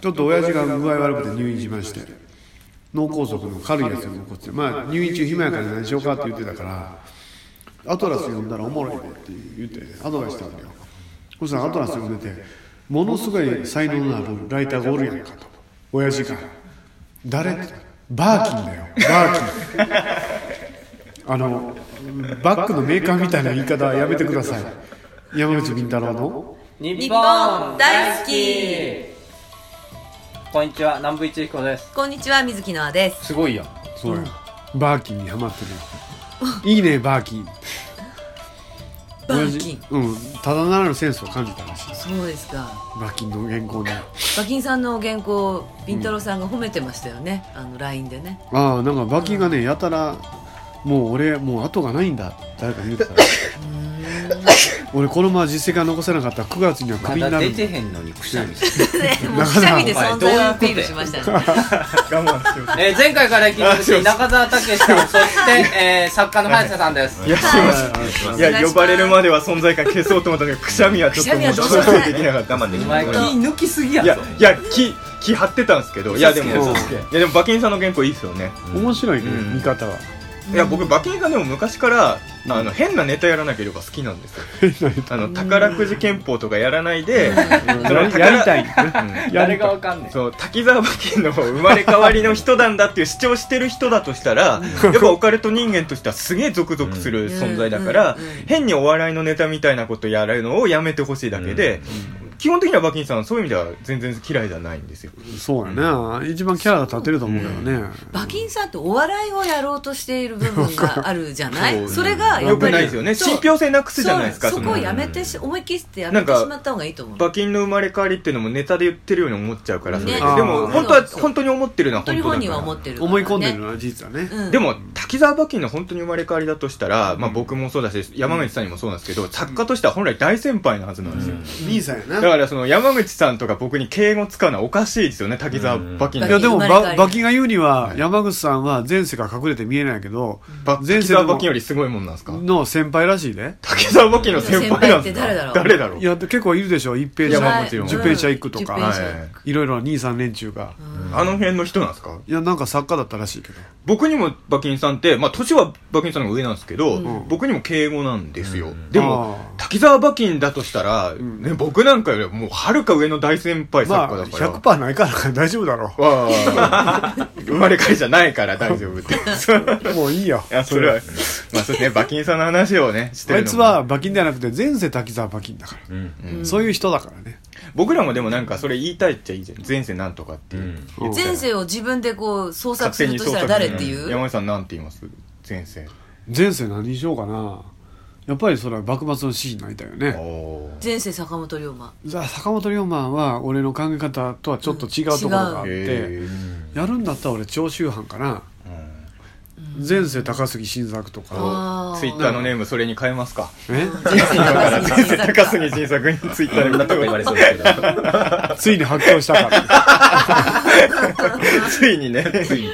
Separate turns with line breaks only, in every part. ちょっと親父が具合悪くて入院しまして脳梗塞の軽いやつに残ってまあ入院中暇やから何しようかって言ってたからアトラス読んだらおもろいねって言ってアドバイスしたんだよそしたらアトラス読んでてものすごい才能のあるライターがおるやんかと親父が誰バーキンだよバーキンあのバッグのメーカーみたいな言い方はやめてください山口み太郎の
日
日本大好き
こんにちは南部一彦です
こんにちは、水木のあです。
すごいやん
そうやバーキンにハマってるよいいねバーキン
バーキン。
親父うんただならぬセンスを感じたらしいです
そうですか。
バーキンの原稿に
バキンさんの原稿、ビンタロウさんが褒めてましたよね。あのラインでね。
ああなんかバーキンがねやたらもう俺もう後がないんだって誰か言ってたら俺このまま実績が残せなかったら9月にはク
ま
ビにな
だ
る
出
んだ
てへんのにくしゃみする
もうくしゃみで存在をアピールしましたね。
我慢してます
えー前回から聞いてほしい中澤武さんそして、えー作家の早瀬さんです
いや、すいません。い
お願いし
や、
ます
呼ばれるまでは存在感消そうと思ったんだけど、くしゃみはちょっともう
くしゃみはどうしようもない
できなかった。
我慢でき
お
な
前
い
気
こ
抜きすぎや
い
ぞ
や、いや、気、気張ってたんですけど、いや、でも、い
嘘つ
や、でも、馬琴さんの原稿いいですよね。
面白いね、
うん
見方はい
や、僕、馬琴さんでも昔から、あの、変なネタやらなければ好きなんですよ。あの、宝くじ憲法とかやらないで、その
やりやりたい。
宝うん
誰がわかんね
そう滝沢馬琴の生まれ変わりの人なんだっていう主張してる人だとしたらやっぱオカルト人間としてはすげえゾクゾクする存在だから、
うんうんうん
変にお笑いのネタみたいなことやるのをやめてほしいだけで、基本的には馬琴さんはそういう意味では全然嫌いじゃないんですよ
そうやな、一番キャラが立てると思うけどね、
バキンさんってお笑いをやろうとしている部分があるじゃな
そう
い。それがや
よ
っぱ
く
り
ないですよね
そう
信憑性なくすじゃないですか
そうそ
の
こをやめてし思い切ってやめてしまった方がいいと思う。
馬琴の生まれ変わりっていうのもネタで言ってるように思っちゃうからそれで、
ね
で
あ
も
ー
本当は
そう
本当に思ってるのは
本当
本
に
当だ
本
か
人
ら
は思ってる
思い込
からね。
んでるのは事実はね
うん。
でも滝沢馬琴の本当に生まれ変わりだとしたら、まあ、僕もそうだし山口さんにもそうなんですけど、作家としては本来大先輩なはずなんですよ、
兄さんやな
だからその山口さんとか僕に敬語使うのはおかしいですよね滝沢馬琴
う
い
ん
や
の
でも
生まれ変わ
バ
り
バキが言うには山口さんは前世から隠れて見えないけど
ば
前
滝
世で
沢
も
馬琴よりすごいもんなんですか
の先輩らしいね
滝沢馬琴の先輩なん
先輩
ですか
って誰だろう
誰だろう
いや結構いるでしょ一平ち
いやま
ゃ
あ
ん
もちろん
十平ちゃん行くとか
うん十平
ちゃん
はいいろいろ兄さん連中が
あの辺の人なんですか
いやなんか作家だったらしいけど
僕にも馬琴さんって、まあ、年は馬琴さんの方が上なんですけど、
ん
僕にも敬語なんですよ、でも
あー
滝沢馬琴だとしたら、ね、僕なんかよりはもうはるか上の大先輩
ま
作家
あ
だから、
100%ないから 大丈夫だろ
わあ生まれ変わりじゃないから大丈夫っていう
もういいよ
いやそれはまあそうですね馬琴さんの話をねして
あ
る
い
の
つ
も
は馬琴ではなくて前世滝沢馬琴だから、そういう人だからね
僕らもでもなんかそれ言いたいっちゃいいじゃん前世なんとかっていう、
うん
うん
前世を自分でこう創作
勝
す
手
る
に
と
創
した
作
ら誰ってい
うん
う
山口さんなんて言います前世
前世何にしようかなやっぱりそれは幕末の詩になりたいよね
おー
前世坂本龍馬
じゃあ坂本龍馬は俺の考え方とはちょっと違うところがあって、
へえ
やるんだったら俺長州藩かな、前世高杉晋作とか
あー
ツイッターのネームそれに変えますか
え
だから前世高杉晋作にツイッター
んな
で
とこ言われそうですけど
ついに発狂したか
ついにねついに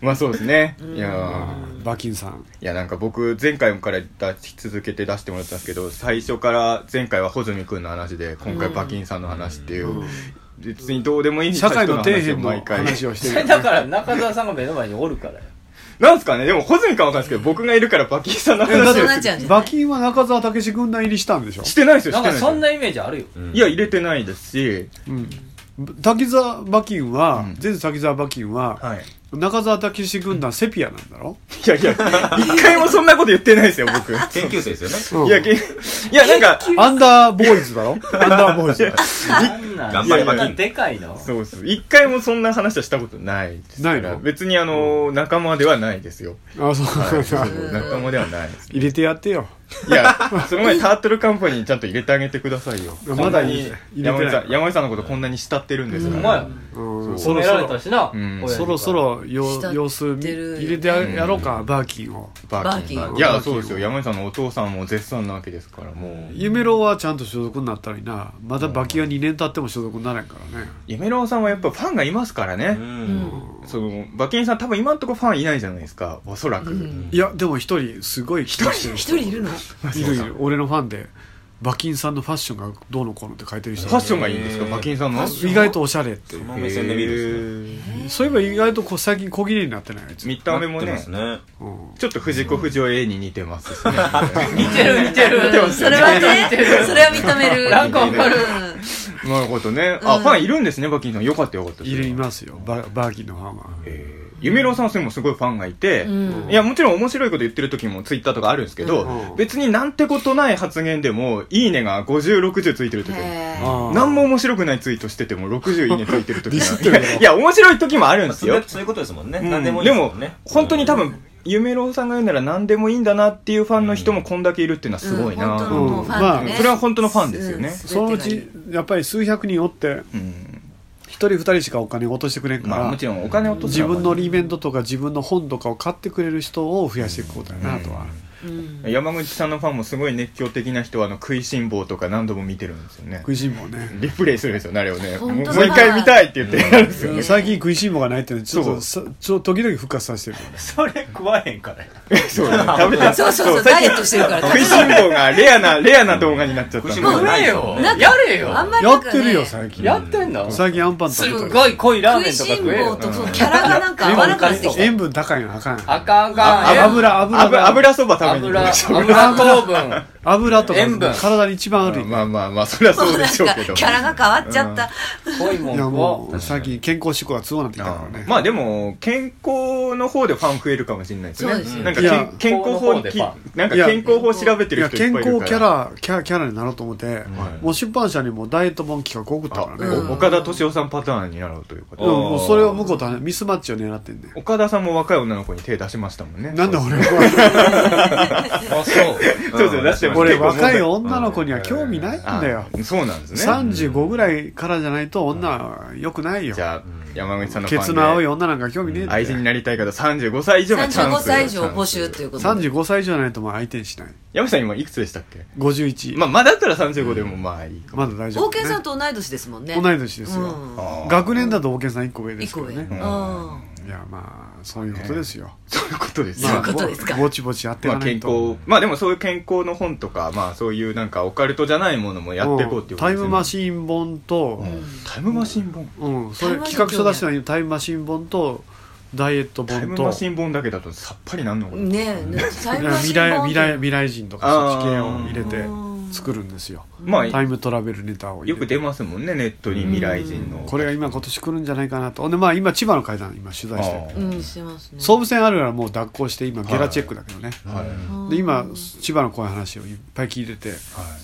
まあそうですねいやー
馬琴さん
いやなんか僕前回から出し続けて出してもらったんですけど最初から前回は穂積君の話で今回馬琴さんの話っていう、別にどうでもいい
社会の底
人
辺
を
の
毎回
話をして
そ
る
れだから中澤さんが目の前におるからよ
なんすかねでも穂積君はわかんないですけど僕がいるから馬琴さんの
えだっ
話
て
そう
を
なっちゃうんじゃな
馬
い
琴は中澤武志軍団入りしたんでしょ、
してないですよ
な
し
ん
て
か
ない
そんなイメージあるよ
いや入れてないですし、
うん、滝沢馬琴は、
うん
前世滝沢馬琴は、
はい、
中澤武志軍団セピアなんだろ、
いやいや一回もそんなこと言ってないですよ 僕い
研究生ですよね
うん
やけいやなんか
アンダーボーイズだろアンダーボーイズ
そんなん
頑張れ
そ
ば
ん
いい
なんでかいの
そうです一回もそんな話はしたことないですから
ないの
別にあの仲間ではないですよ
あそうなんだ
ん
仲間ではないです
入れてやってよ
いや、その前にタートルカンパニーにちゃんと入れてあげてくださいよ。
まだ入れ
に
てない
山井さん、山井さんのことこんなに慕ってるんです
お
か
前
ら。
うん
褒められたしな
うん
親父から
そろそろよ
慕ってる
様子見入れてややろうか、バーキンを
バーキン
バーキン
いや、そうですよ。山井さんのお父さんも絶賛なわけですから、もう。
夢郎はちゃんと所属になったらいいなまだバキが2年経っても所属にならんからね
夢郎さんはやっぱファンがいますから
う
ね。
ん
その、馬琴さん多分今のところファンいないじゃないですか、おそらく。
ん
いやでも一人すごい期待してる
一人いるの
いるいる俺のファンで馬琴さんのファッションがどうのこうのって書いてる人
ファッションがいいんですか
えー
馬琴さんの
意外とおしゃれっていう
その目線で見るんで
へー
そういえば意外とこう最近小切れになってないあいつ、
見た目も
すね。
ね
すね。
うん
ちょっと藤子不二雄 A に似てま すしね
似てる似て る。
うんそれはね
似てる、
それは認める。
なんかわかる
うん
なるほどねあ
うん
ファンいるんですね馬琴さんよかったよかった
いるいますよババーキンのファンは
えー夢郎さんにもすごいファンがいて、
うん
いや、もちろん面白いこと言ってる時もツイッターとかあるんですけど、
うん
別になんてことない発言でも、いいねが50、60ついてる時も。
へー
ああ
何も面白くないツイートしてても60いいねついてる時
ディスってる
も。いや、面白い時もあるん
まあ
です
それ
よ。
そういうことですもんね。
うん
何でもいい
です
も
も
んね。、
本当に多分、夢郎さんが言うなら何でもいいんだなっていうファンの人もこんだけいるっていうのはすごいな。
うん本当
う
の
ん
もうファンで
ま
ね
あ
それは本当のファンですよね
うん
そのうちやっぱり数百人おって一人二人しかお金を落としてくれんから、
まあ、もちろんお金を落とす
自
のは
分のリベントとか自分の本とかを買ってくれる人を増やしていくことやなとは、
うん
山口さんのファンもすごい熱狂的な人は、あの、食いしん坊とか何度も見てるんですよね。
食いしん坊ね
リプレイするんですよね、あれをね。もう
本
もう
当だ
一回見たいって言ってやるんですよ。
うん最近食いしん坊がないっていうのはちょっとさちょ時々復活させてる
それ食わへんから。
そうね、食べた
そうそうそう、ダイエットしてるから。
食いしん坊がレアな、レアな動画になっちゃったんで。
食いしん坊
う
が
食えよ
なんか
やれよ
あんまり
や
なん
っ
か
てるよ
ね、
最近
やってんの
最近アンパン食
す
べた
ごい濃いラー
食
メ
い
ンとか食えよ。
しん坊とそのキャラがなんか合わなく なってきた。
塩分高いのあかん
あかんあ
あ
かん。
油油
油、
が
油そば食べに行き
油、
ましょう
油糖分。
油と
塩分
か体に一番悪い、
まあまあまあ、そりゃ
も
そう
う
で
なん
しょう
か
けど。
キャラが変わっちゃった。
濃い
いや
も
も
ん
う最近健康志向が強くなってきたからね
うんまあでも、健康の方でファン増えるかもしれないですね。
そうですよ
なんか
いや
けん、健康法
健康の方で
き、
ファ
なんか健康法調べて
い
る
や
人い
健
っぱいい
康
るから。
キャラキャキャラになろうと思って、
はい
もう出版社にもダイエット本企画送ったからね、
あ
うん
お岡田敏夫さんパターンになろうということ
うん
で。
もうそれを向こうとはミスマッチを狙ってんね
岡田さんも若い女の子に手出しましたもんね。
なんで俺
あ、そう。
そうそう、出してます
俺
結構問題
若い女の子には興味ないんだよ
あそうなんですね。
35ぐらいからじゃないと女は良くないよ
じゃあ、山口さんのファン
ケ
で
ツの青い女なんか興味ねえんだ
愛人
よ
になりたい方35歳以上がチャン
35
ス
歳以上募集ということで。
35歳以上じゃないともう相手にしない
山口さん今いくつでしたっけ
51、
まあまあだったら35でもまあいいかも
まだ大丈
王
夫、ね
健、さんと同い年ですもんね。
同い年ですよ
うん
あー
学年だと大健さん1個上で
一
すけ
個
ど
上。
ね
うん
いやまあそういうことですよ、
そういうことですよ
まあ
そういうことですか
ぼぼちぼちやっていか
まあ
な
健
いと、
康まあでもそういう健康の本とかまあそういうなんかオカルトじゃないものもやっていこうっていうこと
タイ
ですね
ムマシン本と、
うんタイムマシン本
うん、それ企画書出してないタイムマシン本とダイエット
タイ
本
ム
と
マシン本だけだとさっぱりなんのこれ
ねえ、ね最後
未来未来未来人とかそっち系を入れて
うん
作るんですよ
まあ
タイムトラベルネタを入れ
よ
て
く出ますもんねネットに未来人の
これが今今年来るんじゃないかなとほんでまあ今千葉の階段今取材して
あ
う
ー
ん、してますね。
総武線あるならもう脱行して今ゲラチェックだけどね、
はい
うん
で今千葉のこういう話をいっぱい聞いてて、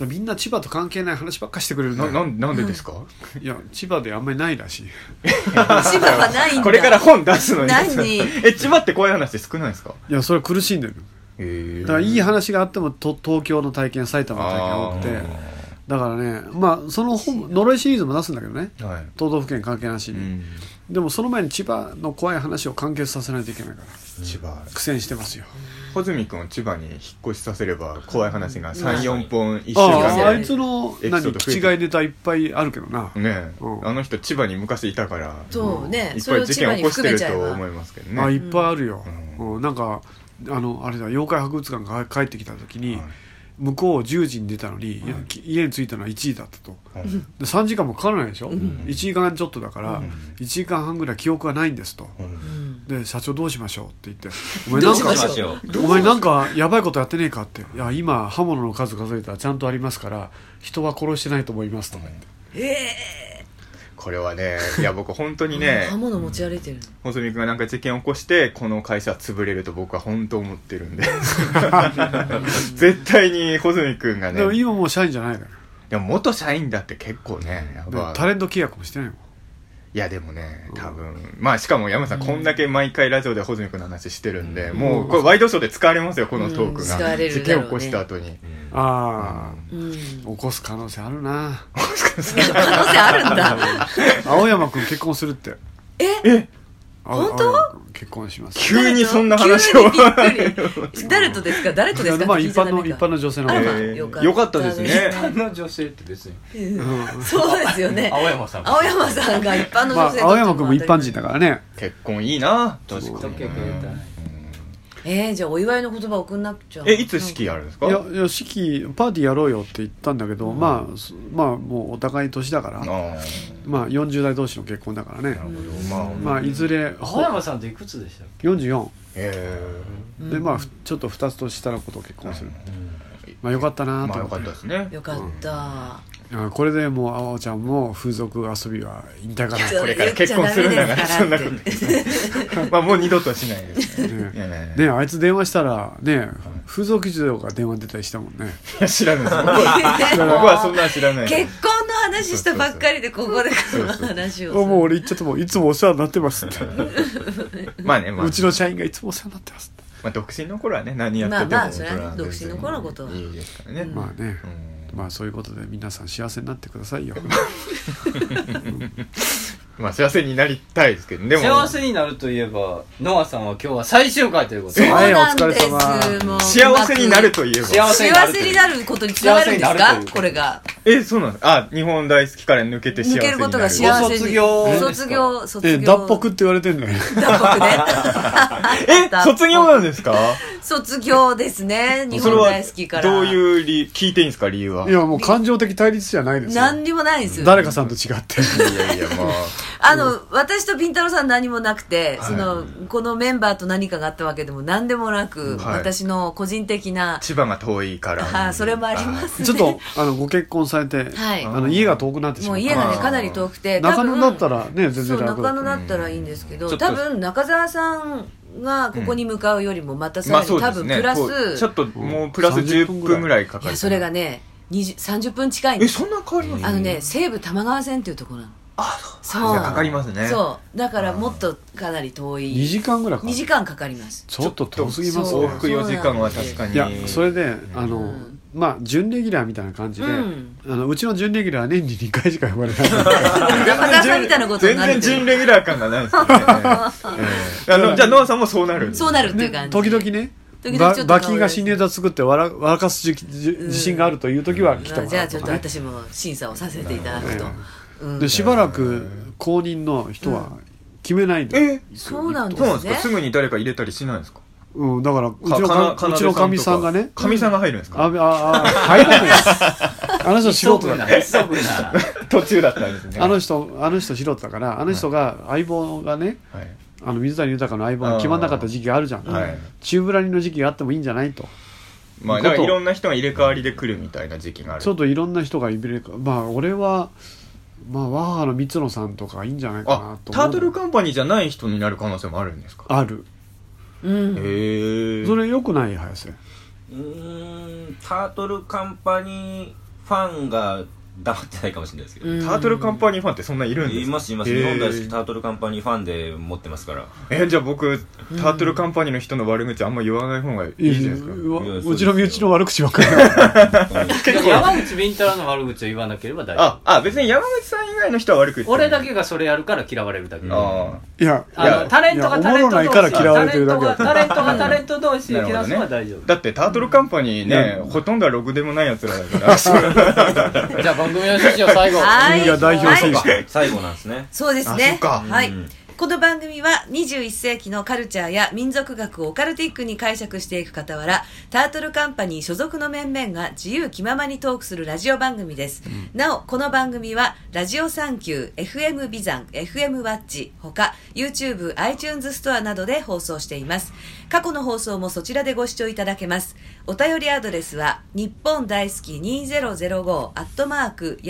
みんな千葉と関係ない話ばっかしてくれるんだ
な
よ
なんなんでですか
いや千葉であんまりないらしい
千葉はないんだ。
これから本出すのに
何
え千葉ってこういう話少ないですか
いやそれ苦しんでる
え
だからいい話があってもと東京の体験埼玉の体験が多くてだからねまあその本呪いシリーズも出すんだけどね
はい
都道府県関係なし
う
に、
ん
でもその前に千葉の怖い話を完結させないといけないから
千葉
苦戦してますよ
穂積君を千葉に引っ越しさせれば怖い話が34本一
あ
緒
がね
ああ
に
いつの
エピソード増
何
えて
気違いネタいっぱいあるけどな、
ねえ
うん
あの人千葉に昔いたから
そうね
いっ
そ
ぱ
れ
い
を
事
千葉に
件起こして
含め
る
ちゃえ
と
ば
思いますけど
あい
ね
っぱいあるよ、
う
うんなんかあのあれだ妖怪博物館が帰ってきた時に、
はい
向こう10時に出たのに、いやき家に着いたのは1時だったと、
はい
で3時間もかからないでしょ、1時間ちょっとだから、1時間半ぐらい記憶がないんですと、で社長どうしましょうって言って「お前なん
どう
か
しましょう
お前なんかやばいことやってねえかって「いや今刃物の数数えたらちゃんとありますから人は殺してないと思います」とか言って
これはねいや僕本当にね
刃物持ち歩いてる
穂積君がなんか事件起こしてこの会社潰れると僕は本当思ってる んで絶対に穂積君が
でも
ね
今もう社員じゃないか
でも元社員だって結構ねや
ら
ば
で
い
タレント契約もしてないもん
いやでもね多分まあしかも山田さん、こんだけ毎回ラジオで穂積君の話してるんで、もうこれワイドショーで使われますよこのトーク
うん使わ
が、
れる
事
だろう
件
ね
起こした後に
ああ、
の。 うん。
起こす可能性あるな
可能性あるん だ。
青山君結婚するって
え
あ
本当
青山君結婚します
急にそんな話を
急にびっくり誰とですか誰とですか
まあ
って聞
一
いちゃ
般
ダメ
の
か
一般の女性の
あ
方
らま
が
えー
よかった
よかったですね
です
あ の女性って別に。
そうですよね。
青山さんも。
青山さんが一般の
ま
女
あ
性と
青山君も一般人だからね
結婚いいな確
時々言うたらね
えー、じゃあお祝いの言葉送んなくちゃ
えいつ式やるんですか
いやいや式パーティーやろうよって言ったんだけど、まあすまあもうお互い年だから
あー
まあ40代同士の結婚だからね
なるほどまあ
まあいずれ
青山さんっていくつでしたっ
44
え
でまあふちょっと2つとしたらこと結婚する
うん
まあよかった
え
な
まあ
と
よ
思
か
っ
ってたですね
よかった、
あこれでもうあおちゃんも風俗遊びは引退かな
ちょ
これから結婚するんだからそんなことまあもう二度とはしないですねい
ね
やいやい
ねあいつ電話したらね風俗児童が電話出たりしたもんね
や知らないです僕は僕はそんなん知らないです
結婚の話したばっかりでここでこの話
あ
をする
もう俺言っちゃってもういつもお世話になってます って
まあねまあ
うちの社員がいつもお世話になってますって
まあ独身の頃はね何やってても
まあまあそれはね
大人なんで
独身の頃のことはい
いですからね
まあね
うん
まあそういうことで皆さん幸せになってくださいよ
まあ幸せになりたいですけどでも
幸せになるといえばノアさんは今日は最終回ということ
そう
で
なんです
はいお疲れ様
もう
幸せになるといえば
幸せにな
幸
るとい
せに
う
なることにつながるんで
幸
す
せになる
か
という
これが
えそうなんですあ日本大好きから抜けて幸
抜
せにな
け
る
ることが幸せ
ご
に
卒業ですか
卒業卒業
え脱北って言われてんの よ
脱北ね
え卒業なんですか
卒業ですね日
それ
本
は
大好きから
どういう理由聞いていいんですか理由はい
やもう感情的対立じゃないですよ
何にもないんですよ
誰かさんと違 って
いやいやまあ
あの、私とピンタロさん何もなくて、
はい
その、このメンバーと何かがあったわけでも何でもなく、
はい
私の個人的な、
千葉が遠いから
はいそれもありますね。
ちょっとあのご結婚されて、
はい
あの家が遠くなってし
も
ま
う
っ
家
た
がね、
あー
かなり遠くて、
中野だった
ら、
らね全
そ
然
う、
楽
中野
だ
だったらいいんですけ
ちょ
ど、
っと
多分中澤さんがここに向かうよりも、またさ
ま
ら
あ
に
そう
多
です
分
ね
プラス、
こうちょっともうプラス10分ぐらいか
い
かる
や、それがね、20 30分近いんで
え
す
そんな変わります
あのね、西武玉川線っていうところなの。あ、そう。
じゃあかかりますね
そう。だからもっとかなり遠い。
2時間ぐらいか
2時間かかります
ちょっと遠すぎます
そう
ね
往復4時間は確かに
いやそれであの、
うん
まあ準レギュラーみたいな感じで、
うん
あのうちの準レギュラーは年に2回しか呼ばれない
中田さんみたいなことに
全
なる
然
という
準レギュラー感がないですよねえ えあのじゃあノアさんもそうなる
そうなるっていう
で
感
時
じ
々ね
時々
ば
ちょっと
馬琴が新ネタ作って笑笑かす自自自信があるという時は来て
まあ
も
じゃ
ら
あ
う
ちょ
と
っ
か
と
ね、
私も審査をさせていただくと
なる
うん
でしばらく公認の人は決めないで、
え
そうなん
そうなん
です
ですか
ね
すぐに誰か入れたりしないんですか
うん、だからうちの
か
かうちのかみさんがね
かみさんが入るんです
あ
か
ああ入らないですあの人素人だから
急ぐな
途中だったんですね
あの人あの人素人だからあの人が相棒がね
はい
あの水谷豊の相棒が決まんなかった時期があるじゃん、
はい
チューブラリの時期があってもいいんじゃないと
まあだからいろんな人が入れ替わりで来るみたいな時期がある
ちょっといろんな人がいびれかまあ俺はまあ和原光野さんとかがいいんじゃないか
あ
なと
タ
思う
ートルカンパニーじゃない人になる可能性もあるんですか
ある
うん
へえ
それよくない早瀬
うーんタートルカンパニーファンが黙ってないかもしれないですけど、
うん
タートルカンパニーファンってそんないるんですか
いますいます
へー
日本大好きタートルカンパニーファンで持ってますから
えじゃあ僕タートルカンパニーの人の悪口あんま言わない方がいいじゃないですか
うわ
いやそうですよ
うちの身内の悪口ばっかりだ
山口敏太郎の悪口を言わなければ大丈
ああ別に山口さん以外の人は悪く言っ
夫
てない
俺だけがそれやるから嫌われるだけ
あ
いや
あのタレントがタレ
いやおも
ント同士
ろないから嫌われてるだけだ
タレントがタレント同士
あ
で嫌わせば大丈
だってタートルカンパニーねほとんどはろくでもないやつらだから
夫じゃあ番組の趣旨を 最後
はい
君が代表選手
はい
最後なんですね
そうですね
あそっか
はい
うん
この番組は21世紀のカルチャーや民族学をオカルティックに解釈していく傍らタートルカンパニー所属の面々が自由気ままにトークするラジオ番組です、なおこの番組はラジオサンキュー FM ビザン FM ワッチほか YouTube、iTunes ストアなどで放送しています過去の放送もそちらでご視聴いただけますお便りアドレスは日本大好き2005アットマーク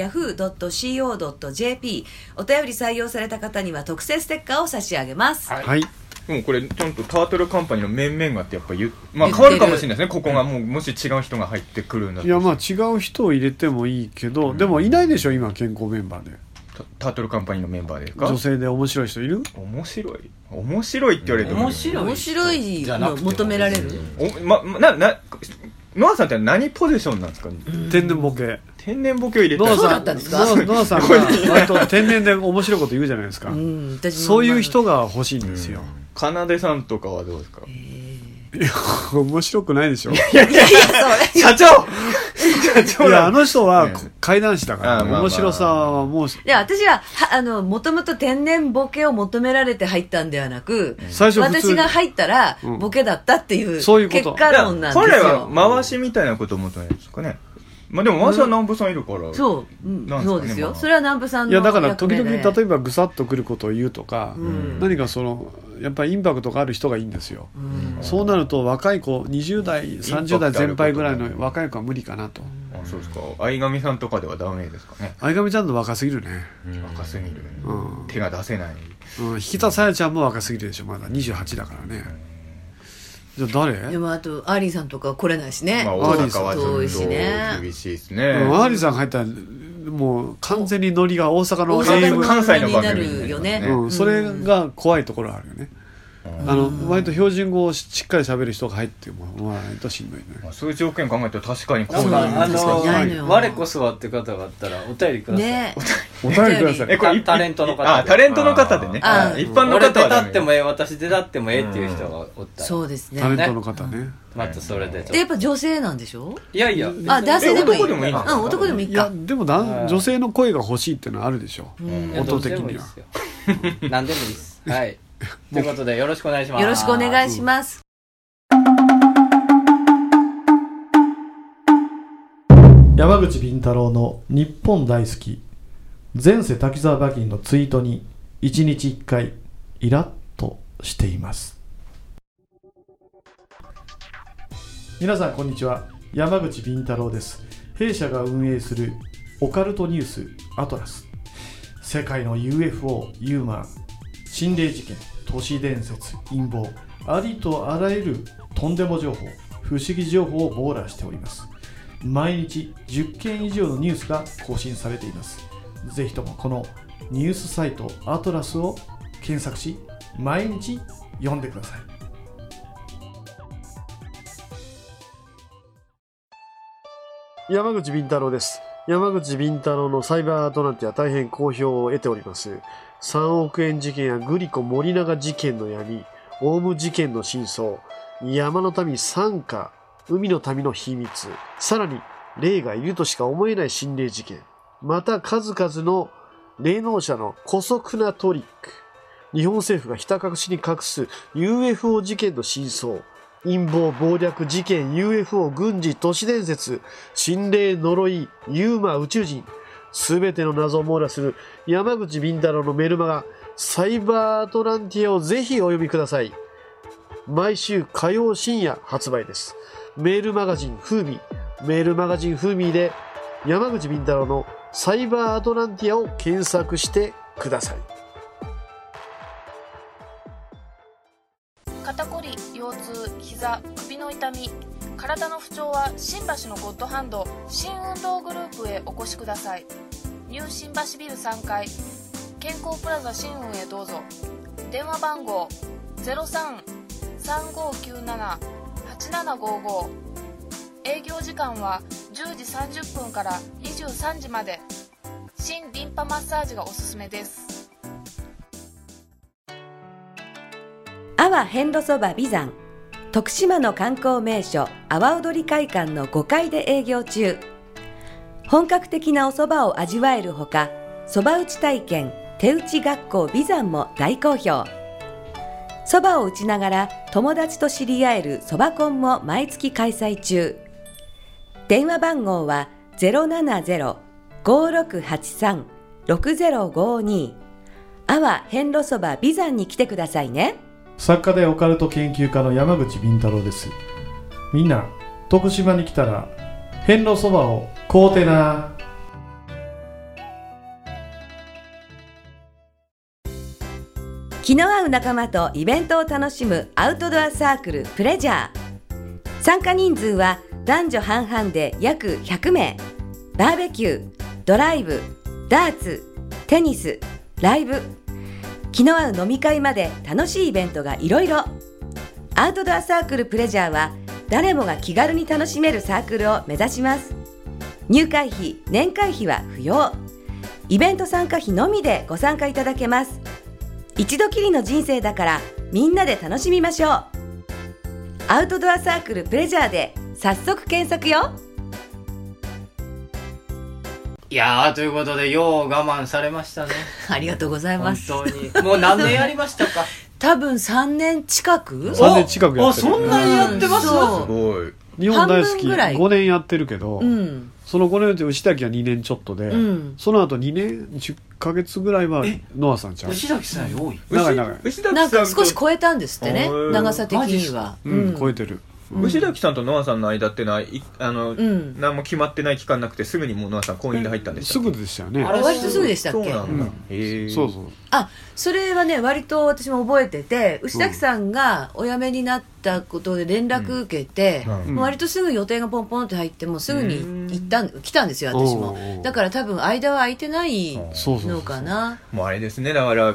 yahoo.co.jp お便り採用された方には特製ステッカーを差し上げます
はい
もうこれちゃんとタートルカンパニーの面々がってやっぱ言うまあ
言ってる
変わるかもしれないですねここがもうもし違う人が入ってくるんだ
いや
と
まあ違う人を入れてもいいけど、でもいないでしょ今健康メンバーで
タタートルカンパニーのメンバーですか
女性で面白い人いる
面白い面白いって言われても
面白い
面白いの求められる
おままななノアさんって何ポジションなんですか
天然ボケ
天然ボケを入れた
ノア
そう
さ
だ
ん
ったんですか
ノアノアさんが割と天然で面白いこと言うじゃないですか、
うん私も
そういう人が欲しいんですよ、
かなでさんとかはどうですか
面白くないでしょ
いやいやそう
社長
いやあの人は
ね
怪談師だか
あ
ら
まあまあ
面白さはもう
で私ははあのもともと天然ボケを求められて入ったんではなく
最初普通に
私が入ったら
うん
ボケだったっていう
そういうこと
結果論なんで
本
す
来は
よ、
回しみたいなこと思ってないんですかね。まあでも回しは南部さんいるから。
そう、うん
なんですかね
そうですよ、
まあ
それは南部さん
い
の
やだから時々
役目
例
で
えばぐさっとくることを言うとか、
ん
何かそのやっぱりインパクトがある人がいいんですよ、そうなると若い子20代30代前輩ぐらいの若い子は無理かなと
あそうですか。相上さんとかではダメですかね。
相上ちゃんの若すぎるね、
若すぎる。
うん
手が出せない。
うん、引田さやちゃんも若すぎるでしょまだ28だからねじゃあ誰
でもあとアーリンさんとか来れないしね、
まあ
アーリン
大阪
さん
はち
遠いし
ょっと
ね
厳しいです
うん
ね。
アーリーさん入ったらもう完全にノリが大阪
大
の
阪
AM
の
関西の
に
番
な
組
るよ
になりますね
ね
うん、それが怖いところあるよね、あの割と標準語をしっかり喋る人が入ってもらわないとしんどいね、
まあそういう条件考えたら確かにこ
なん
う
そう
な
なん
る
かあ
確かにないのよ
の我こそはって方があったらお便りください、
ね
お便りください
え、これ
タタレントの方で
あ、タレントの方でね。
あ
あ一般の
俺
方
出
は
た
ダメ
ってもええ私出たってもええっていう人がおったら
そうですね
タレントの方ね
またそれでちょっと
でやっぱ女性なんでしょ
いやいや
あ男性でもいい
男でもいい
うん
ですか
男でもい
い
い
や
か
でも男女性の声が欲しいっていうのはあるでしょ
いや
音的には
何でもいいっすよ何でもいいっす はいということでよろしくお願いします
よろしくお願いします、
山口敏太郎の日本大好き前世滝沢馬琴のツイートに1日1回イラッとしています皆さんこんにちは山口敏太郎です弊社が運営するオカルトニュースアトラス世界の UFO ユーマン心霊事件都市伝説陰謀ありとあらゆるとんでも情報不思議情報を網羅しております毎日10件以上のニュースが更新されていますぜひともこのニュースサイトアトラスを検索し毎日読んでください
山口敏太郎です。山口敏太郎のサイバーアトランティア大変好評を得ております。3億円事件やグリコ森永事件の闇、オウム事件の真相、山の民参加、海の民の秘密、さらに霊がいるとしか思えない心霊事件、また数々の霊能者の古速なトリック、日本政府がひた隠しに隠す UFO 事件の真相、陰謀、暴略、事件、UFO、軍事、都市伝説、心霊、呪い、ユーマ、宇宙人、すべての謎を網羅する山口敏太郎のメルマガ、サイバーアトランティアをぜひお読みください。毎週火曜深夜発売です。メールマガジンフーミー、メールマガジンフーミーで山口敏太郎のサイバーアトランティアを検索してください。
肩こり腰痛膝首の痛み体の不調は新橋のゴッドハンド新運動グループへお越しくださいニュー新橋ビル3階健康プラザ新運へどうぞ電話番号0335978755営業時間は10時30分から23時まで新リンパマッサージがおすすめです
阿波遍路そば美山徳島の観光名所阿波踊り会館の5階で営業中本格的なお蕎麦を味わえるほか蕎麦打ち体験手打ち学校美山も大好評蕎麦を打ちながら友達と知り合える蕎麦コンも毎月開催中電話番号は070-5683-6052阿波遍路そば美山に来てくださいね
作家でオカルト研究家の山口敏太郎ですみんな徳島に来たら遍路そばを買うてな
気の合う仲間とイベントを楽しむアウトドアサークルプレジャー参加人数は男女半々で約100名バーベキュードライブダーツテニスライブ気の合う飲み会まで楽しいイベントがいろいろアウトドアサークルプレジャーは誰もが気軽に楽しめるサークルを目指します入会費年会費は不要イベント参加費のみでご参加いただけます一度きりの人生だからみんなで楽しみましょうアウトドアサークルプレジャーで早速検索よ
いやーということでよう我慢されましたね
ありがとうございます
本当にもう何年やりましたか
多分3年近く
3年近くやってる
あそんなにやってます
そう
ごい日本大好
半
き
分ぐらい
5年やってるけど、
うん
その5年って牛滝は2年ちょっとで、
うん
その後2年10ヶ月ぐらいはノアさんちゃう
牛崎さんより多い
長い長い
なんか少し超えたんですってね
へー
長さ的には
う、
うんん
超えてる
牛崎さんとノアさんの間ってないいあの、
ん
何も決まってない期間なくてすぐにもうノアさん婚姻で入ったんでした
すぐでしたよね
あ割とすぐでしたっけ
そうなんだ、
うん
へえ
そうそう
あそれはね割と私も覚えてて牛崎さんがお辞めになったことで連絡受けて、
うんうん
もう割とすぐ予定がポンポンって入ってもうすぐに行ったん来たんですよ私
おうおうお
も
う
だから多分間は空いてない
そうそうそうそう
のかな
もうあれですねだから、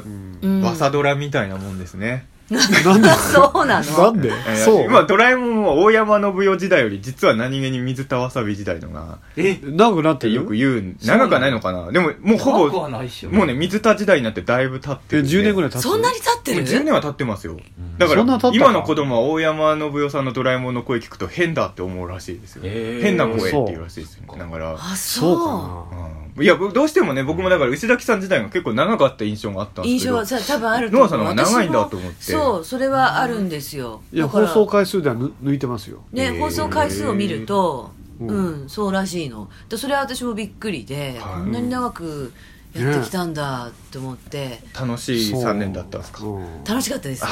バサドラみたいなもんですね
なん で
そうなの
なんで
えー
そう
今ドラえもんは大山信代時代より実は何気に水田わさび時代のが
え長くなってる
よく言う長くはないのかなでももうほ
長く
ぼ
はないっしょ
もうね水田時代になってだいぶ経ってる、ね、10年ぐ
らい
経
そんなに経って
もう
る
10年は経ってますよだから
そんな経ったか
今の子供は大山信代さんのドラえもんの声聞くと変だって思うらしいですよ、変な声っていうらしいですよだから
あそうか
いや僕どうしてもね僕もだから牛崎さん自体が結構長かった印象があったんで
印
すけど
象はさ多分あると
ノ
思
ア
う
さんの方が長いんだと思って
私もそうそれはあるんですよ
いや
だか
放
ら
送回数ではぬ抜いてますよ
ね、放送回数を見ると、
う
うんん、そうらしいの。でそれは私もびっくりで、こ
はい
んなに長くやってきたんだと思って、
楽しい3年だったんですか
楽しかったです。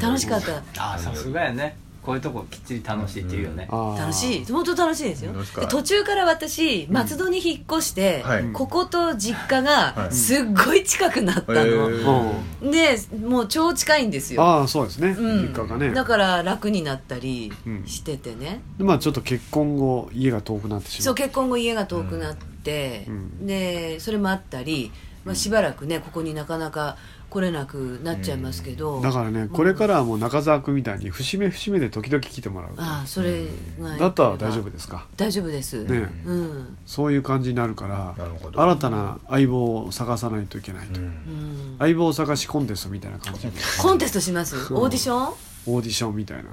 楽しかった。
あーさすがやねこういうとこきっちり楽しいって言うよね、
楽しい本当楽しいですよ
楽しかっ
で
た
途中から私松戸に引っ越して、
はい
ここと実家
は
が
い
すっごい近くなったの、でもう超近いんですよ
ああそうですね
うん
実家がね
だから楽になったりしててね、
でまあちょっと結婚後家が遠くなってしま
そう結婚後家が遠くなって、でそれもあったり、まあ、しばらくねここになかなか来れなくなっちゃいますけど、
うだからねこれからはもう中澤君みたいに節目節目で時々来てもらう
ああそれが
だったら大丈夫ですか
大丈夫です、
ね
うん
そういう感じになるから新たな相棒を探さないといけないと相棒を探しコンテストみたいな感じ
コンテストします
そう
オーディション
オーディションみたいな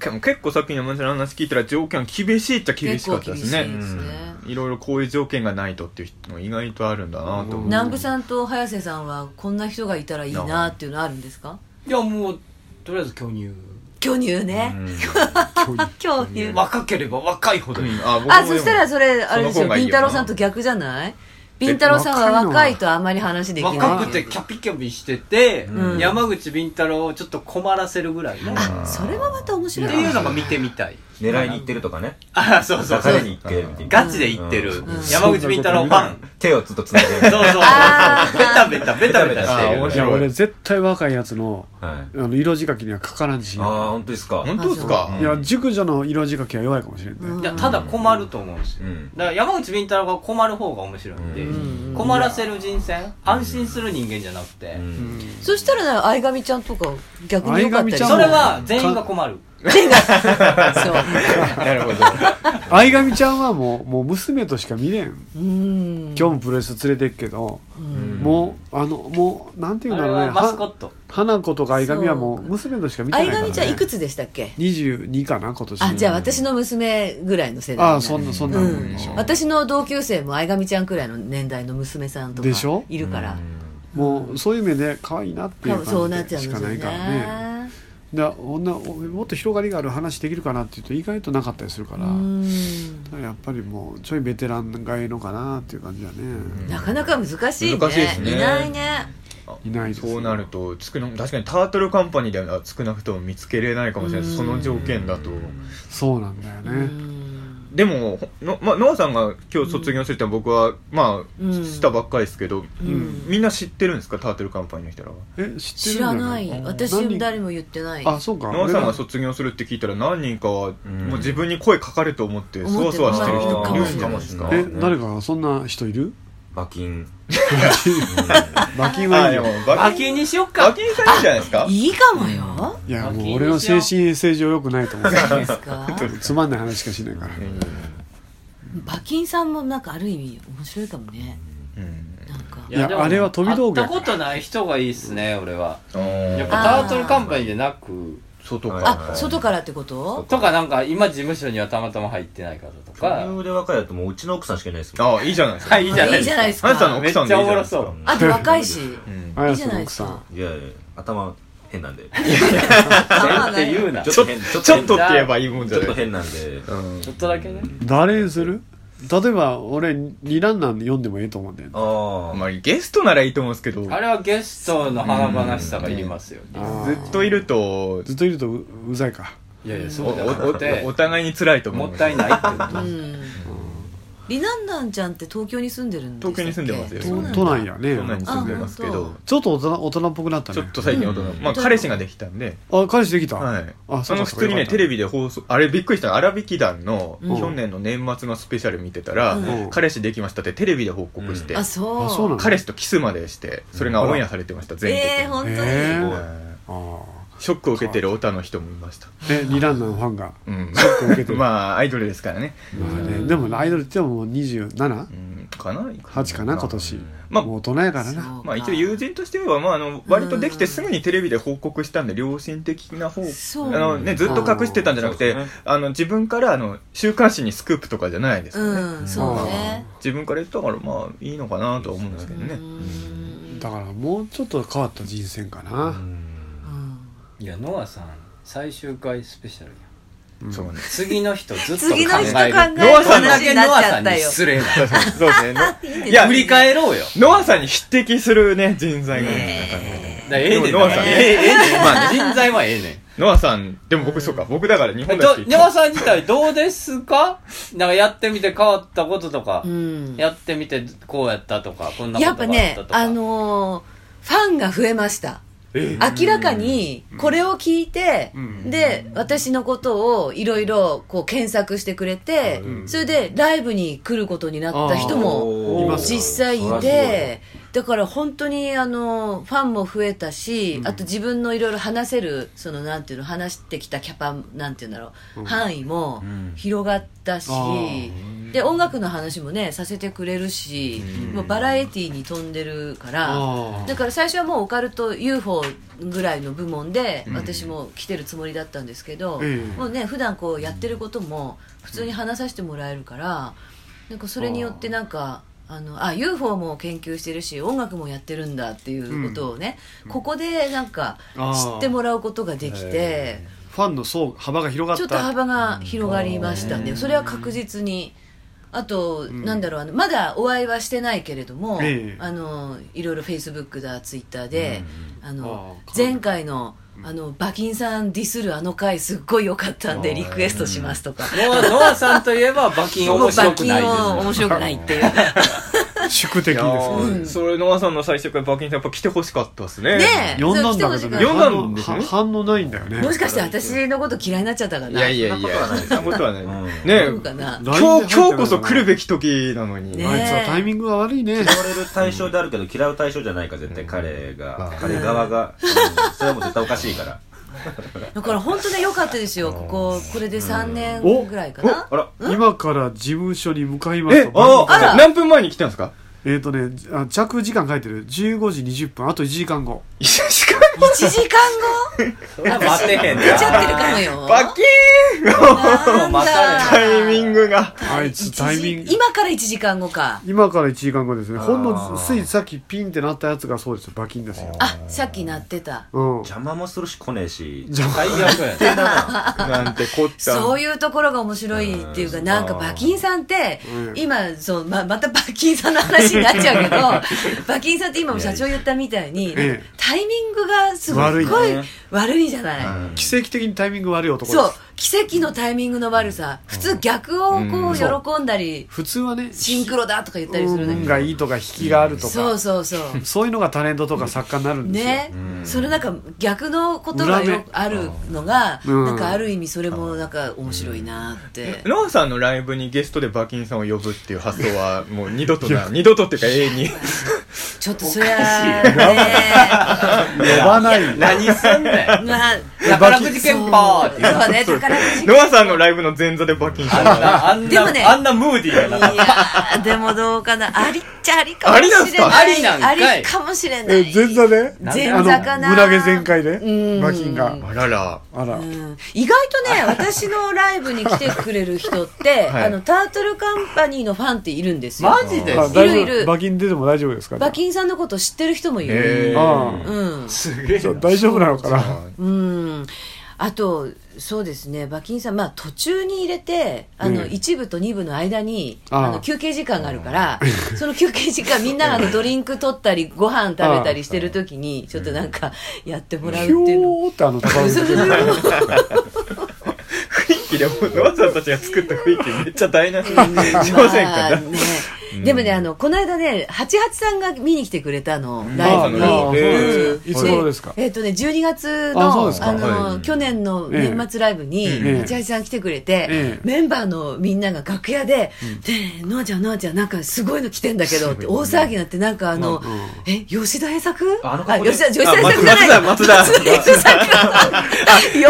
でも結構さっきの山田さんの話聞いたら条件厳しいっちゃ厳しかったですね
結構厳しいです
うんいろいろこういう条件がないとっていう人も意外とあるんだなと思う
南部さんと早瀬さんはこんな人がいたらいいなっていうのあるんですか
いやもうとりあえず巨乳
巨乳ね、巨乳
若ければ若いほ どいい、
あそしたらそれあれです
その方
よ
がいい
ビ
よな
ンタロウさんと逆じゃないビンタロウさんは若いとあんまり話できない
若くてキャピキャピしてて、
うん
山口敏太郎をちょっと困らせるぐらいの、
それはまた面白い
っていうのが見てみたい
狙いに行ってるとかね
あそうそうそう
流れに行ってるみたいな
ガチで行ってる山口敏太郎ファン
手をずっとつないで
そうそうそうベタベタベタベタしてる
いや俺絶対若いやつの,、あの色仕掛けにはかからんしあ
あ本当ですか
本当ですか
いや熟女の色仕掛けは弱いかもしれない、
いやただ困ると思うんですよ、だから山口敏太郎が困る方が面白いんで、困らせる人選安心する人間じゃなくて、
そしたらな相上ちゃんとか逆に良かったり
それは全員が困る
なるほど
相上ちゃんはもうもう娘としか見れん
うん
今日もプロレス連れてっけど、もうあのもうなんていうんだろう
あ
ね
れはマスコット
は花子とか相上はもう娘としか見てないか
相
ら、ね、
上ちゃんいくつでしたっけ
22かな今年
あじゃあ私の娘ぐらいの世代にる
ああそんなそんなもんでしょ
うん私の同級生も相上ちゃんくらいの年代の娘さんとか
でしょ
いるから
もうそういう目で可愛いなっていう
そう
感
なっ
じ
ちゃ
で
う
し
んで
か
す
な
よ
いからね
ね
だから女おもっと広がりがある話できるかなっていうと意外となかったりするからだからやっぱりもうちょいベテランがいいのかなっていう感じだね、
なかなか難しいね
難しいですね
いないね
いない
そうなるとつくの確かにタートルカンパニーでは少なくとも見つけれないかもしれないその条件だと
そうなんだよね
でもほの、まあ、ノアさんが今日卒業するってのは僕は、まあ、
うん
したばっかりですけど、みんな知ってるんですかタートルカンパニーの人らは
え知
知らない私誰も言ってない
ノアさんが卒業するって聞いたら何人かは、もう自分に声かかると思って
思って
そわそわしてる人がいるんじゃないですか
え誰かそんな人いる
馬琴
馬琴はいいよ
あでも馬
馬琴にしよっか
馬琴さんいいじゃないですか
いいかもよ
いやもう俺の精神衛生上良くないと思う
そうです か
つまんない話しかしないから、
馬琴さんもなんかある意味面白いかもね
いやあれは飛び道具
やったことない人がいいっすね俺は
や
っぱタートルカンパニーでなく
外
から
あ外からってこと
とかなんか今事務所にはたまたま入ってない方とか
余裕で若いやつもううちの奥さんしかいないです
ああいいじゃないですか
いいじゃない
いいじゃないですか
あなたの奥さんでいいじゃないです
めっちゃ
か
おも
あと若いし、
うん
いいじゃないですか
いやいや頭変なんで
変って言うな
ちょっと変
ちょっとって言えばいい
ち
もんじゃ
ょっ
ない
と変なんで
ちょっとだけね
誰にする例えば俺二ランナー読んでもいいと思うんだよね
あ
まあゲストならいいと思うんですけど
あれはゲストの華々しさがいりますよね
あ
ず
ー
っといると
ずっといるとううざいか
いやいや
お
そうじゃなく
おおお
て
互いに辛いと思
も
う
ったいないって言う
う
と
んリナンナンちゃんって東京に住んでるんです
東京に住んでますよ
そうなんだ
都内やね
そんなに住んでます
あ
けど
本
ちょっと大人大人っぽくなった
ちょ
ね
っと最近大人、まあ彼氏ができたんで
あ彼氏できた、
はい。
あそ
そ
う
の
か
普
そうか
通にね、
よかった
テレビで放送、あれびっくりした。荒引き団の、
うん
去年の年末のスペシャル見てたら、
うん
彼氏できましたってテレビで報告して、
あそう
あそうなんだ
彼氏とキスまでして、それがオンエアされてました、全
えー、
国
本当に、
えー
に。はい
あ
ショックを受けてるオタの人もいました。
あえ二ランナーのファンが
うん。
クを受けてる
まあ、アイドルですからね。
まあねでもアイドルって言ってももう27
うん、かな
8かな今年
まあ
もう大人やからな
そう
まあ一応友人としては、まああの、割とできてすぐにテレビで報告したんで、良心的な方
そう
あのね、ずっと隠してたんじゃなくて、
そうです
あの、自分から、あの、週刊誌にスクープとかじゃないですよね。
うんそうね
自分から言ったから、まあいいのかなとは思うんですけどね。
うん
だからもうちょっと変わった人選か
あ
な、
いやノアさん最終回スペシャルやん
うん
そうね。
次の人ずっと考え
次
る
の人考える
ノアさんだ
話
け
に
ノ
な
ア
っち
さん
ゃっ
に
たよ
失礼な
そうね。いや
振、り返ろうよ
ノアさんに匹敵するね、人材がね。
だからええねん
でもノアさん
ええええねんまあ人材はええねん
ノアさん、でも僕 そうか、僕だから日
え
本
っ
だ
と、
し。
ニワさん自体どうですかなんかやってみて変わったこととか、
うん
やってみてこうやったとか、こんなこ
や
と
っ
があ
ぱ
っ
ね
たとか。
あのーファンが増えました明らかにこれを聞いて、で私のことをいろいろこう検索してくれて、それでライブに来ることになった人
あーい
も
ます
実際い
そりゃ
てだから本当にあのファンも増えたし、あと自分のいろいろ話せるそのなんていうの話してきたキャパなんていうんだろう、範囲も広がったし、
あー
で音楽の話もねさせてくれるし、もうバラエティーに飛んでるから、
あ
だから最初はもうオカルト UFO ぐらいの部門で私も来てるつもりだったんですけど、
ええ
もうね普段こうやってることも普通に話させてもらえるからなんかそれによってなんかあのあ UFO も研究してるし音楽もやってるんだっていうことをね、ここでなんか
あー
知ってもらうことができて
ファンの層幅が広がった
ちょっと幅が広がりましたね、それは確実に。あと、なんだろうあのまだお会いはしてないけれども、
ええ
あのいろいろフェイスブックだツイッターで、あの
ああ
前回のあの馬琴さんディスるあの回すっごい良かったんでリクエストしますとか。
ノア、ノアさんといえば 馬琴面白くないで
もう馬琴を面白くないっていう。ね
宿敵で
い
すね
やーそれノアさんの最初からバキンさんやっぱ来てほしかったですね。
え、
呼んだんだ
そ
けど
う来てほしくな
ね
い
呼んだんですね
は反応ないんだよね
もしかして私のこと嫌いになっちゃったか
い
な。
やいやいや、そんなことはない。ね
そうかな。
LINE
今
で入って
日、今日こそ
るのかな
来るべき時なのに。
ね
あいつはタイミングが悪いね
嫌われる対象であるけど嫌う対象じゃないから絶対彼が彼側がうんそれはもう絶対おかしいから
だから本当ね良かったですよ。こここれで三年
お
ぐらいかな。
あら
今から事務所に向かいま
え
す、
あ
と
あら
何分前に来たんですか
えっ、とねあ着時間書いてる15時20分あと1時間後
一時間
一時間後。
すよ。待てへんな。
出ちゃってるかもよ。
バキー
なんだ。
タイミングが。
あいつタイミング
今から1時間後か
今から1時間後ですねほんのついさっきピンってなったやつがそうですよバキンですよ
あさっき鳴ってた
うん
邪魔もするし来ねえし
じゃあ
最悪やね。
なんてこった。
そういうところが面白いっていうか、なんか馬琴さんって、今、そう、ま、 また馬琴さんの話になっちゃうけど、 馬琴さんって今も社長言ったみたいに
ええ、
タイミングがすごい
悪いね
悪いじゃない。
奇跡的にタイミング悪い男です
そう、奇跡のタイミングの悪さ。普通逆をこう喜んだり、
普通はね
シンクロだとか言ったりするんだ
運
け
がいいとか引きがあると
ど。
か
そうそうそう。
そういうのがタレントとか作家になるんですよ
ね、それなんか逆のことがよくあるのが、
うん
なんかある意味それもなんか面白いなって。
ノアさんのライブにゲストでバキンさんを呼ぶっていう発想はもう二度とな、二度とっていうか永遠に。
ちょっとそりゃあね
呼ばないよ
何すんねん。
まあ、
宝くじ憲法って言う
そうね、宝くじ。
ノアさんのライブの前座で罰金したの
あん
で
な、
もね
あんなムーディーな中
いやー、でもどうかな。ありっちゃありかもしれない。
ありなんすかありなんかい
ありかもしれな
え
い。
前座で
前
あ
座かな
の胸毛全開で
うん
馬琴が
あらら
あら
うん意外とね、私のライブに来てくれる人って、
はい
あの、タートルカンパニーのファンっているんですよ。
マジで
あ
い
大
るい
丈夫
る
馬琴出ても大丈夫ですかね
馬琴さんのこと知ってる人もいる。
へ
ああ
うん。
すげえ
ち。ょ大丈夫なのかな
うん。あと、そうですね、馬琴さん、まあ途中に入れて、あの、
うん
一部と二部の間に、
ああ
あの、休憩時間があるから、その休憩時間、みん ながあのドリンク取ったり、ご飯食べたりしてる時に、ちょっとなんか、やってもらうっ
ひ
て
ょ
いうの。
ーってあの宝くじ
雰囲気でもノアさんたちが作った雰囲気めっちゃ台無 し
まあね
挑戦か な
でもね、あの、この間ね、八八さんが見に来てくれたの、
あ
ラ
あ
イ
へ
ブに。うん
ーいつ頃ですか
えっとね、12月
あそう
の、
ですか
あの、
はい
去年の年末ライブに、
ええ
八八さん来てくれて、
ええ
メンバーのみんなが楽屋で、で、のあちゃん、のあちゃん、なんかすごいの来てんだけど、って大騒ぎになって、なんかあの、え、吉田栄作
ああの格好で
吉田、吉田栄
あ
作じ
松
ゃない
田松田
松田栄作
こ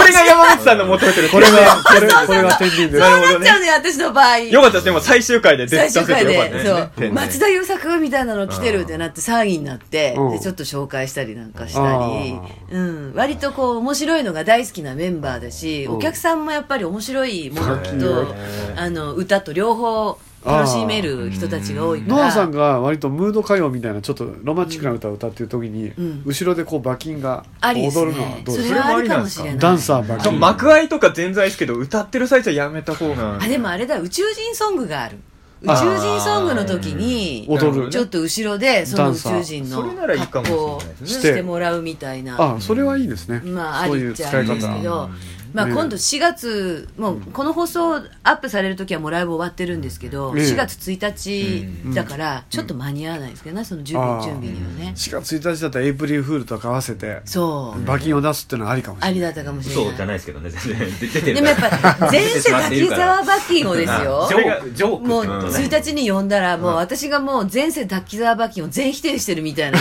れが山口さんの求めてる
これがこれこれが天秤です
なる
な
ほど
っちゃうの
ね
よ、私の場合。
よかったですでも最終回で出
最
出せ
終
て
回
よかった
で、
ですね
そ
天
う、
然
松田優作みたいなの来てるってなって騒ぎになって、
うん
で、ちょっと紹介したりなんかしたり、うん、割とこう面白いのが大好きなメンバーだし、
うん
お客さんもやっぱり面白いもの
へ
と
ー、
あの、歌と両方楽しめる人たちが多いか
ノアさん
ら、
が割とムード歌謡みたいなちょっとロマンチックな歌を歌ってる時に、
ん
後ろでこう馬琴が
ありです
踊るのは
ね。
どう
そ
です
れ
か
はありかもしれない。
ダンサー馬琴
幕開とか全然ですけど歌ってる最中はやめた方が
あ、でもあれだ、宇宙人ソングがある。宇宙人ソングの時に、
踊る
ちょっと後ろで、その宇宙人
それ
の
ならいいかも
格好を
しれないですね
してもらうみたいな。
あそれはいいですね、
まあ、あ
そう
り
い
っ
う
ち
使
ゃ
い
あ
方
りですけど、まあ、
ね
今度4月、もうこの放送アップされる時はもうライブ終わってるんですけど、
ね
4月1日だから、ちょっと間に合わないですけどね、その準
あー
備準備にはね。
4月1日だったらエイプリルフールとか合わせて
そう、
馬琴を出すっていうのはありかもし
あ
れ
り
ない
だったかもしれ
そうじ
な
ゃ
い。
ないですけどね、全然。出てる
でもやっぱ、前者滝沢馬琴をですよ。
ジョーク、ジョーク。
もう1日に呼んだら、もう私がもう前世滝沢馬琴を全否定してるみたいな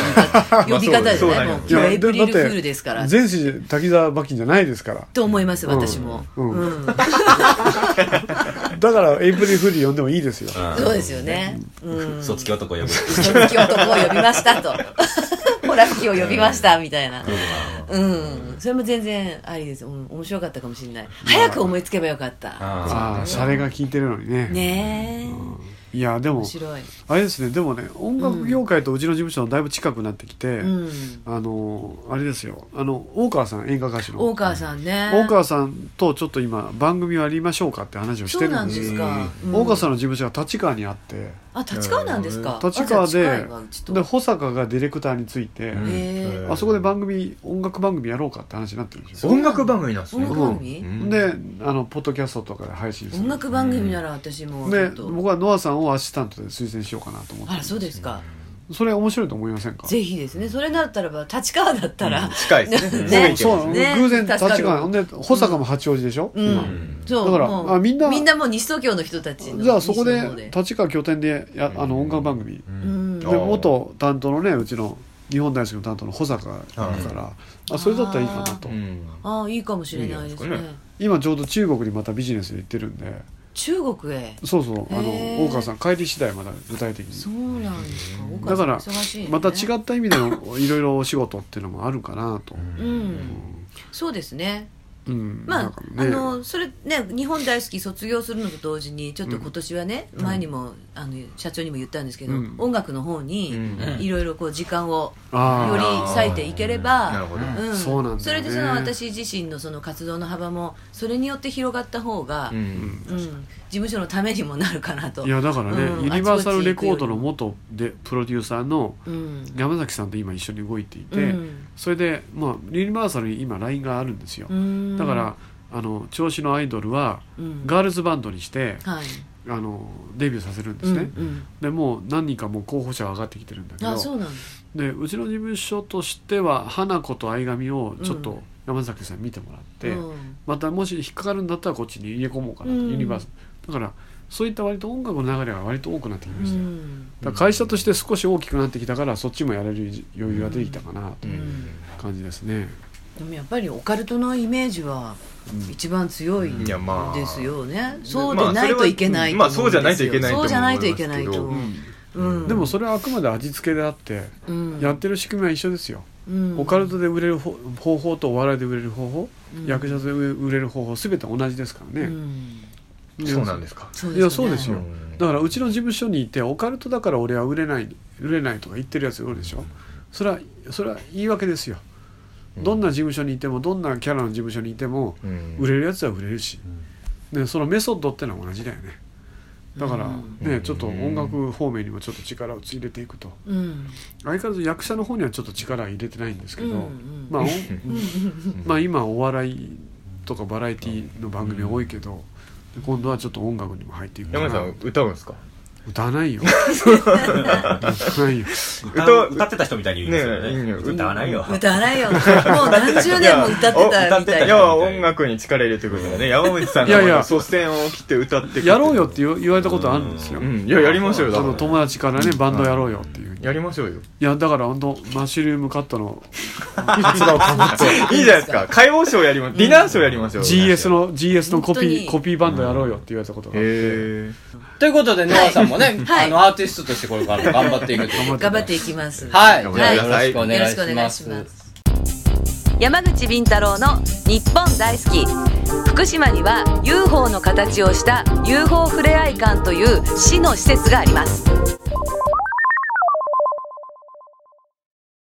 呼び 方じゃない、もう今日エイプリルフールですから。
前世滝沢馬琴じゃないですから
と思います、私も。
うん
うん
だからエイプリルフール呼んでもいいですよ
そうですよね。うん。
卒業男呼ぶ。
嘘つき男を呼びましたと。 ホラ吹きを呼びましたみたいな。うん。それも全然ありです。うん面白かったかもしれない。早く思いつけばよかった。
ああシャレが効いてるのにね
ねえ。
いやでも
面白い。
あれですねでもね音楽業界とうちの事務所のだいぶ近くなってきて、
うん。
あのあれですよあの大川さん演歌歌手の
大川さんね。
大川さんとちょっと今番組をやりましょうかって話をし
そ
て
う
る
なんん
で
ですす
よ
か。うん
大川さんの事務所が立川にあって
あ、立川なんですか。
立川
あじゃあ
で
近いわうちと
で保坂がディレクターについて、
へえ。
あそこで番組音楽番組やろうかって話になってるんですよ、
音楽番組なんです
音
ね
楽番組
であのポッドキャストとかで配信する
音楽番組なら私もちょ
で
っと。
僕はノアさんをアシスタントで推薦しようかなと思って
あら、そうですか。
それ面白いと思いませんか
ぜひですね。それなったらば、立川だったら。
近いで すね
ね
そう、
ね
偶然立
助かる
川ほんで保坂も八王子でしょ、
うん
今
そ
だ
う
から
もう
あみんな
みんなもう西東京の人たちの
じゃあそこ
西
で
の方
立川拠点でやあの音楽番組、
うん
で
あー
元担当のねうちの日本大好きの担当の保坂だから、あそれだったらいいかなと
うん
ああいいかもしれないですね
いいんじゃないですかね
今ちょうど中国にまたビジネスで行ってるんで
中国へ
そうそうあ
へ
の
ー
大川さん帰り次第まだ具体的に
そうなんですか
だから
お母さん忙しいね
また違った意味でのいろいろお仕事っていうのもあるかなと、
うんそうですね
うん
まあ、
なんかね
あのそれね日本大好き卒業するのと同時にちょっと今年はね、前にもあの社長にも言ったんですけど、
うん
音楽の方に
うん
いろいろこう時間を
あー
より割いていければ
なるほど
うん
そうなんだよね
それでその私自身のその活動の幅もそれによって広がった方が、
うん
うん、事務所のためにもなるかなと。
いやだからね、
うん
ユニバーサルレコードの
あちこち行くよりも
元でプロデューサーの
うん
山崎さんと今一緒に動いていて、
うん
それで、まあ、ユニバーサルに今 LINE があるんですよ、
うん
だからあの調子のアイドルは
うん
ガールズバンドにして、
はい
あのデビューさせるんですね、
うん
でもう何人かもう候補者が上がってきてるんだ
う
け
ん、
ど
あそうなんだ
でうちの事務所としては花子と相上をちょっと山崎さんに見てもらって、
うん
またもし引っかかるんだったらこっちに入れ込もうかなと、
うん
ユニバーサルだからそういった割と音楽の流れが割と多くなってきま
う
したよ、
ん
だから会社として少し大きくなってきたからそっちもやれる余裕ができたかなと、
うん
感じですね。
でもやっぱりオカルトのイメージは一番強い
いやまあ
ですよね、そうでないといけない
まあそれはうんまあそうじゃないといけないと
そ
思
う
います
じゃないといけないと思
けど
ううん
でもそれはあくまで味付けであって、
うん
やってる仕組みは一緒ですよ、
うん
オカルトで売れる方方法とお笑いで売れる方法、
うん
役者で売れる方法全て同じですからね、
そうなんですか
そう
い
ですよね
やそうですよだからうちの事務所にいてオカルトだから俺は売れない売れないとか言ってるやつおるでしょそれはそれは言い訳ですよどんな事務所にいてもどんなキャラの事務所にいても
うん
売れるやつは売れるし、ね、そのメソッドってのは同じだよねだからね、ちょっと音楽方面にもちょっと力を入れていくと
うん
相変わらず役者の方にはちょっと力は入れてないんですけど、
うんうん
まあお
ん
まあ今お笑いとかバラエティの番組は多いけど、今度はちょっと音楽にも入っていくから
山根さん歌うんですか
歌わないよ歌わないよ
歌歌ってた人みたいに言うんですよ
ねえいい
ね
ね
歌わないよ
歌わないよもう何十年も歌 ってたみたい
い
な
や音楽に力入れてくるんだね山口さん
いやいや
が率先を切って歌ってく
やろうよって言言われたことあるんですよ、
うんいややりましょうよだ
あ
から
の友達からねバンドやろうよっていう、い
やりましょうよ
やだから本当マッシュルームカット のカツラをかぶ って
いいじゃないですか歌謡ショーやりまディナーショーやりましょう
GS の GS のコ
本当
ピ
に
ーコピーバンドやろうよって言われたことがあって、
へ
ということで、ノアさんもね、
はい
あの、アーティストとしてこれからも頑張っていくということで
頑張っていきます
はい。
頑
じ
張ってくだ
ゃあ
さ
よろ
い
しくお願いし
よろしくお願
ま。
いします山口敏太郎の日本大好き福島には UFO の形をした UFO ふれあい館という市の施設があります